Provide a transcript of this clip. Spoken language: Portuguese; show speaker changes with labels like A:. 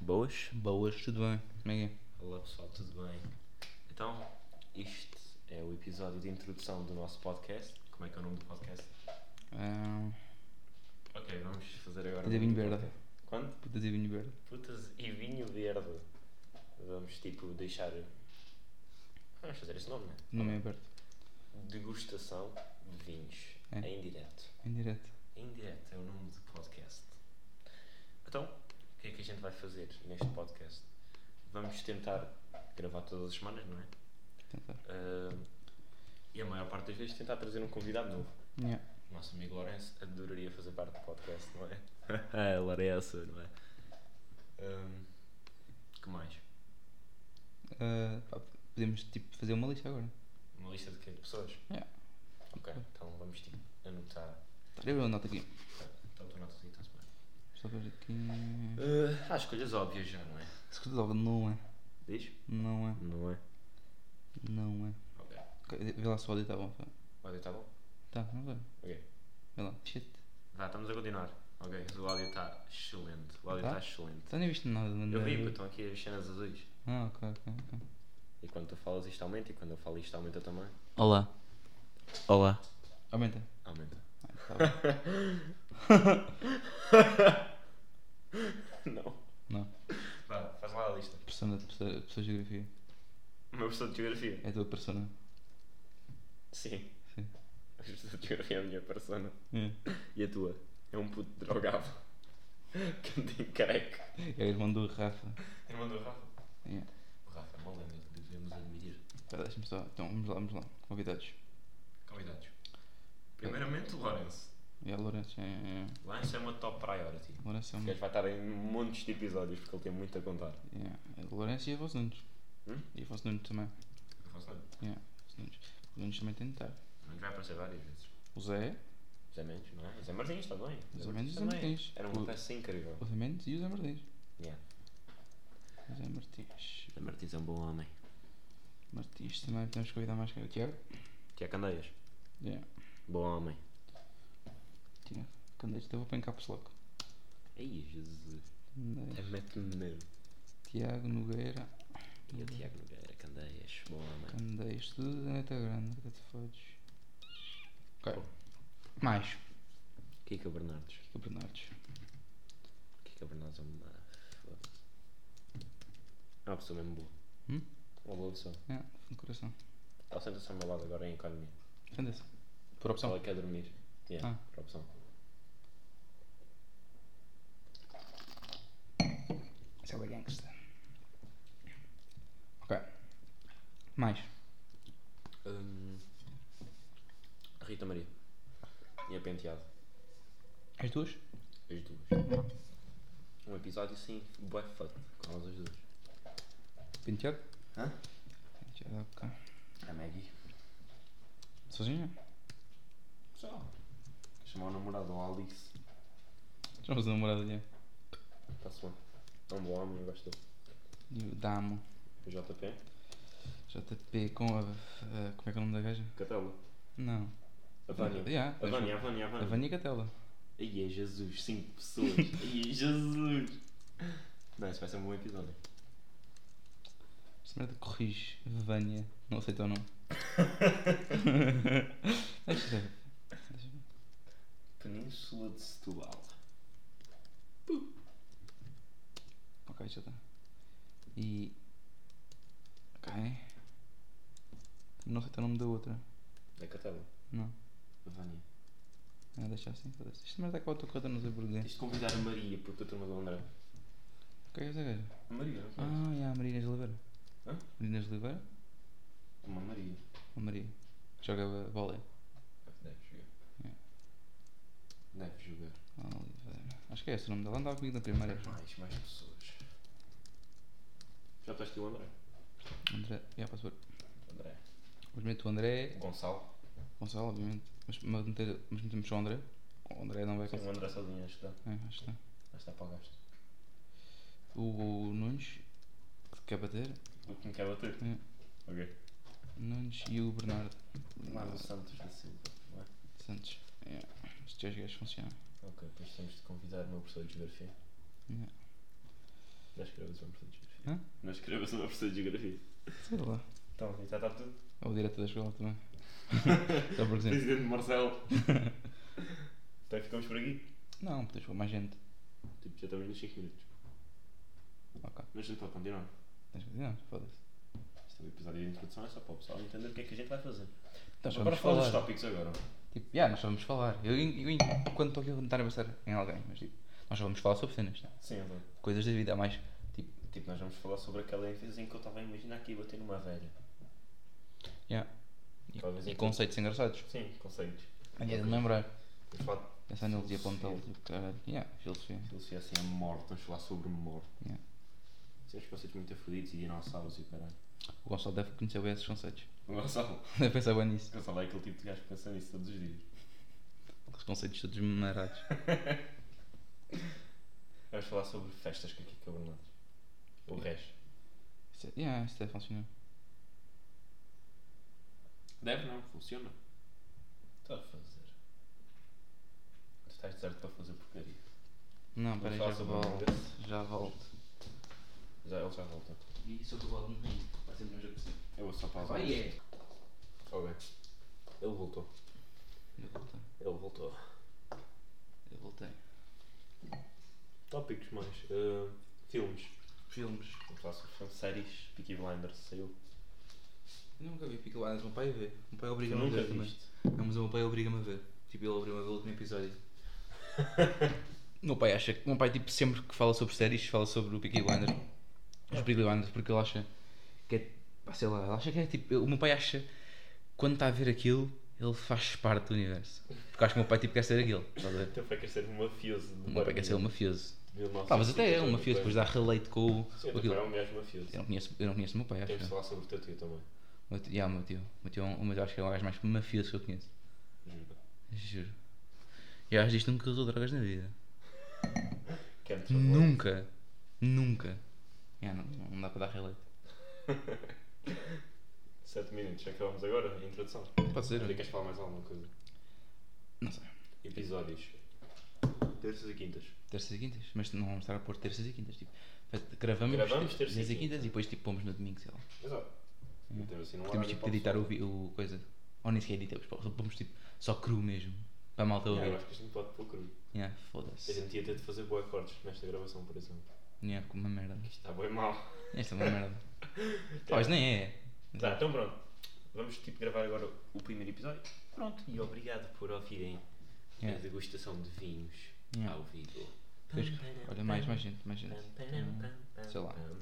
A: Boas?
B: Boas, tudo bem? Como é que é?
A: Olá pessoal, tudo bem? Então, este é o episódio de introdução do nosso podcast. Como é que é o nome do podcast?
B: Ah,
A: Ok, vamos fazer agora.
B: Fazer
A: o
B: vinho
A: nome do
B: verde.
A: podcast. Quando?
B: putas e vinho verde.
A: Putas e vinho verde. Vamos tipo deixar. Vamos fazer esse nome, né?
B: Nome é aberto.
A: Degustação de vinhos.
B: É.
A: Em direto.
B: Em direto.
A: Em direto é o nome do podcast. Então, o que é que a gente vai fazer neste podcast? Vamos tentar gravar todas as semanas, não é?
B: Tentar.
A: Ah, e a maior parte das vezes tentar trazer um convidado novo.
B: Yeah.
A: O nosso amigo Lourenço adoraria fazer parte do podcast, não é? é, Lourenço, não é? O que mais?
B: Ah, pá, podemos tipo fazer uma lista agora.
A: Uma lista de quê? De pessoas?
B: É.
A: Ok, então vamos tipo, anotar.
B: Escreve uma nota Tá, aqui.
A: Então tu anotas aí, está-se bem.
B: Só ver aqui.
A: Ah, há escolhas óbvias já, não é?
B: Se custa logo, não é.
A: Diz?
B: Não é.
A: Não é?
B: Não é.
A: Ok.
B: Ok, Vê lá se o áudio está bom. pá.
A: O áudio está bom?
B: Tá, não vai.
A: Ok.
B: Vê lá. Shit.
A: Vá, estamos a continuar. Ok, o áudio está excelente. O áudio
B: Tá?
A: está excelente.
B: Tu nem viste nada. não
A: Eu
B: é?
A: vi, pô, estão aqui as cenas azuis.
B: Ah, ok, ok, ok.
A: E quando tu falas isto aumenta e quando eu falo isto aumenta também.
B: Olá.
A: Olá.
B: Aumenta.
A: Aumenta.
B: Ah, tá bom.
A: Não.
B: não.
A: Vá, faz lá a lista.
B: Persona, pessoa, pessoa de geografia.
A: O meu professor de geografia.
B: É a tua persona.
A: Sim.
B: Sim.
A: O professor de geografia é a minha persona.
B: É.
A: E a tua? É um puto drogado. Cantinho careca.
B: É irmão do Rafa.
A: Irmão do Rafa.
B: Yeah.
A: O Rafa é uma lenda, devemos admitir.
B: Espera, Deixa-me só. Então, vamos lá, vamos lá. Convidados.
A: Convidados. Primeiramente o Lourenço.
B: É a Lourenço. É, é, é.
A: Lourenço é uma top priority.
B: Lourenço é
A: Esse
B: uma.
A: gajo vai estar em montes de episódios porque ele tem muito a contar.
B: Yeah. É Lourenço e Afonso Nunes.
A: Hum?
B: E Afonso Nunes também.
A: Mas
B: Afonso Nunes. Afonso Nunes também tem de estar.
A: vai aparecer várias vezes.
B: O Zé,
A: Zé Mendes, não é? Zé Martins também.
B: Zé Mendes e Zé
A: também.
B: Martins.
A: Era
B: O-
A: uma peça incrível.
B: o Zé Mendes e o Zé Martins.
A: Yeah.
B: O Zé Martins.
A: Zé Martins é um bom homem.
B: Martins também podemos convidar mais que o Tiago.
A: Tiago Candeias, É.
B: Yeah.
A: bom homem.
B: Tira. Candeias, então eu vou para em caps lock.
A: Ei, Jesus. Até
B: Candeias.
A: É mete-me medo.
B: Tiago Nogueira.
A: E o Tiago Nogueira, Candeias, bom homem.
B: Candeias. Tudo da neta grande. Que te fodes. Ok.
A: Bom.
B: Mais.
A: Kika Bernardes.
B: Kika Bernardes.
A: Kika Bernardes é uma. foda-se. É uma pessoa mesmo boa. É
B: Hum?
A: Uma boa pessoa.
B: Yeah. Fundo de É, coração.
A: Ela senta-se ao meu lado agora em economia.
B: Senta-se. Por opção.
A: Ela quer dormir. Yeah,
B: Ah.
A: por opção.
B: Isso é gangsta. Ok. Mais.
A: Hum, Rita Maria. E a Penteado.
B: As duas?
A: As duas. Um episódio sim, bué feito. Com elas as duas.
B: Penteado?
A: Hã?
B: Penteado, ok.
A: A É Maggie.
B: Sozinha?
A: Só. Chamar o namorado ao Alex.
B: Já vamos namorado ali.
A: Está-se bom. É um bom homem, eu gosto dele.
B: E o Damo.
A: O JP.
B: JP com a. a- como é que é o nome da gaja?
A: Catela.
B: Não.
A: A Vânia.
B: Yeah,
A: A Vânia, a Vânia, a
B: A
A: Vânia.
B: Vânia Catela.
A: Ai, é Jesus. Cinco pessoas. Ai, é Jesus. Não, isso vai ser um bom episódio.
B: Essa merda corrige. Vânia. Não aceita o nome. Deixa eu ver.
A: Península de Setúbal.
B: Ok, já está. E. Ok. Não aceita o nome da outra.
A: Da É Catela.
B: Não.
A: A Vânia.
B: Ah, deixa assim, foda-se. Isto merda é com a autocorreta, não sei porquê.
A: Tens de convidar a Maria, porque a turma do André.
B: O que é essa gaja?
A: Maria, não conheces?
B: Ah, é a Marina de Oliveira.
A: Hã?
B: Marina de Oliveira?
A: Uma Maria.
B: A Maria. que Joga vôlei.
A: Deve jogar.
B: É.
A: Deve jogar.
B: Oliveira. Ah, Acho que é esse o nome dela. Andava comigo na primária.
A: Mais, mais pessoas. Já estás o André?
B: André. Já passou.
A: André.
B: Vamos meter o André.
A: Gonçalo.
B: Gonçalo, obviamente. Mas, mas, meter, mas metemos só o André. O André não vai
A: Sim, o
B: casar.
A: André sozinho acho que dá.
B: É, acho que tá.
A: Mas está para o gasto.
B: O, o Nunes. Que quer bater.
A: O que me quer bater.
B: É.
A: Ok.
B: Nunes e o Bernardo.
A: Marcos Santos da Silva. não é?
B: Santos. É. Estes dois gajos funcionam.
A: Ok, depois temos de convidar o meu professor de geografia.
B: É.
A: Já escreveu?
C: escrevas uma professora de geografia.
A: Não escrevas uma professora de geografia.
B: Sei lá.
A: Então, Vitor, está tudo.
B: Ou o diretor da escola também. Só por exemplo.
A: Presidente Marcelo. então ficamos por aqui.
B: Não, podes pôr mais gente.
A: Tipo, já estamos nos 5 minutos.
B: Ok.
A: Mas a gente pode continuar.
B: Tens que dizer, foda-se.
A: Este é o episódio de introdução, é só para o pessoal entender o que é que a gente vai fazer.
B: Nós só
A: Então, Agora
B: vamos
A: fala dos
B: falar.
A: tópicos agora.
B: Tipo, yeah, nós só vamos falar. Eu, eu, eu quando estou aqui a tentar avançar em alguém, mas tipo, nós só vamos falar sobre cenas, né?
A: Sim, é exato.
B: coisas da vida, há mais tipo,
A: Tipo, nós vamos falar sobre aquela vez em que eu estava a imaginar aqui bater numa velha.
B: yeah. E-
A: Talvez
B: e,
A: então.
B: conceitos engraçados.
A: Sim, conceitos.
B: Ainda de me lembrar.
A: Vamos falar de
B: Essa analogia
A: Filosofia.
B: pontual do caralho. Yeah, filosofia.
A: filosofia assim, a morte. Vamos falar sobre morte.
B: Yeah.
A: Temos é conceitos muito fodidos e dinossauros e caralho.
B: O Gonçalo deve conhecer bem esses conceitos.
A: O Gonçalo.
B: Deve pensar bem nisso.
A: O Gonçalo é aquele tipo de gajo que pensa nisso todos os dias.
B: Os conceitos todos marados.
A: Vamos falar sobre festas com a Kika Bernardes. Ou resto.
B: Isso é- Yeah, isso deve funcionar.
A: Deve não, funciona. Estás a fazer. Tu estás deserto para fazer porcaria.
B: Não, peraí, já
A: Vamos falar sobre
B: volto. Já volto.
A: Já, ele já volta.
B: E só que o balde não tem. Vai ser melhor que sim.
A: Eu vou só pausar. isto. Ok. Ele voltou.
B: Eu voltei.
A: Ele voltou.
B: Eu voltei.
A: Tópicos mais. ah, filmes.
B: eh, Filmes.
A: Vamos falar sobre filmes. Séries. Peaky Blinders saiu.
B: Eu nunca vi Pico Blinders, meu pai a ver. Meu pai
A: Tu
B: obriga-me a
A: nunca
B: ver também.
A: viste.
B: Não, mas o meu pai obriga-me a ver. Tipo, ele obriga-me a ver o último episódio. meu pai acha que. Meu pai, tipo, sempre que fala sobre séries, fala sobre o Peaky Blinders. Os Peaky Blinders, porque ele acha que é. pá, sei lá, ele acha que é tipo. O meu pai acha que quando está a ver aquilo, ele faz parte do universo. Porque eu acho que o meu pai, tipo, quer ser aquilo. Estás a ver?
A: Então vai querer ser um mafioso.
B: O meu pai quer ser um mafioso. Pá, mas até é um mafioso, depois dá relate com, o-
A: Sim,
B: com
A: tu é
B: aquilo.
A: um gajo mafioso.
B: Eu não conheço, eu não conheço o meu pai, acho.
A: Temos de
B: que
A: falar sobre o teu tio também.
B: Meu tio, yeah, meu tio. Meu tio é um- o meu tio acho que é o gajo mais mafioso que eu conheço.
A: Juro.
B: Juro. Já acho isto nunca usou drogas na vida.
A: Quero
B: Hum,
A: te falar.
B: Nunca. Nunca. Ya, não, não dá para dar relate.
A: 7 minutos, acabamos agora a introdução.
B: Pode
A: Ainda
B: ser.
A: queres falar mais alguma coisa?
B: Não sei.
A: Episódios. Terças e quintas.
B: Terças e quintas. Mas não vamos estar a pôr terças e quintas. Tipo, fe- gravamos,
A: Gravamos
B: ter-
A: terças e
B: terças e
A: quintas.
B: quintas e depois tipo pomos no domingo, sei lá.
A: Exato.
B: Hum.
A: Temos assim um
B: Temos tipo de editar o, vi- o coisa. Ou nem sequer editamos, pô, só pomos tipo só cru mesmo. Para a malta
A: Eu
B: ouvir.
A: acho que a gente pode pôr cru.
B: Ya,
A: A
B: foda-se.
A: gente ia ter de fazer boa cortes nesta gravação, por exemplo.
B: Ya, como uma merda.
A: Isto está bem mal.
B: Esta é uma merda. Pá, isto nem é.
A: Tá, então pronto. Vamos tipo gravar agora o primeiro episódio. Pronto, e obrigado por ouvirem
B: É.
A: a degustação de vinhos
B: É.
A: ao vivo.
B: Pois, Olha, mais, mais gente, mais gente. Sei lá.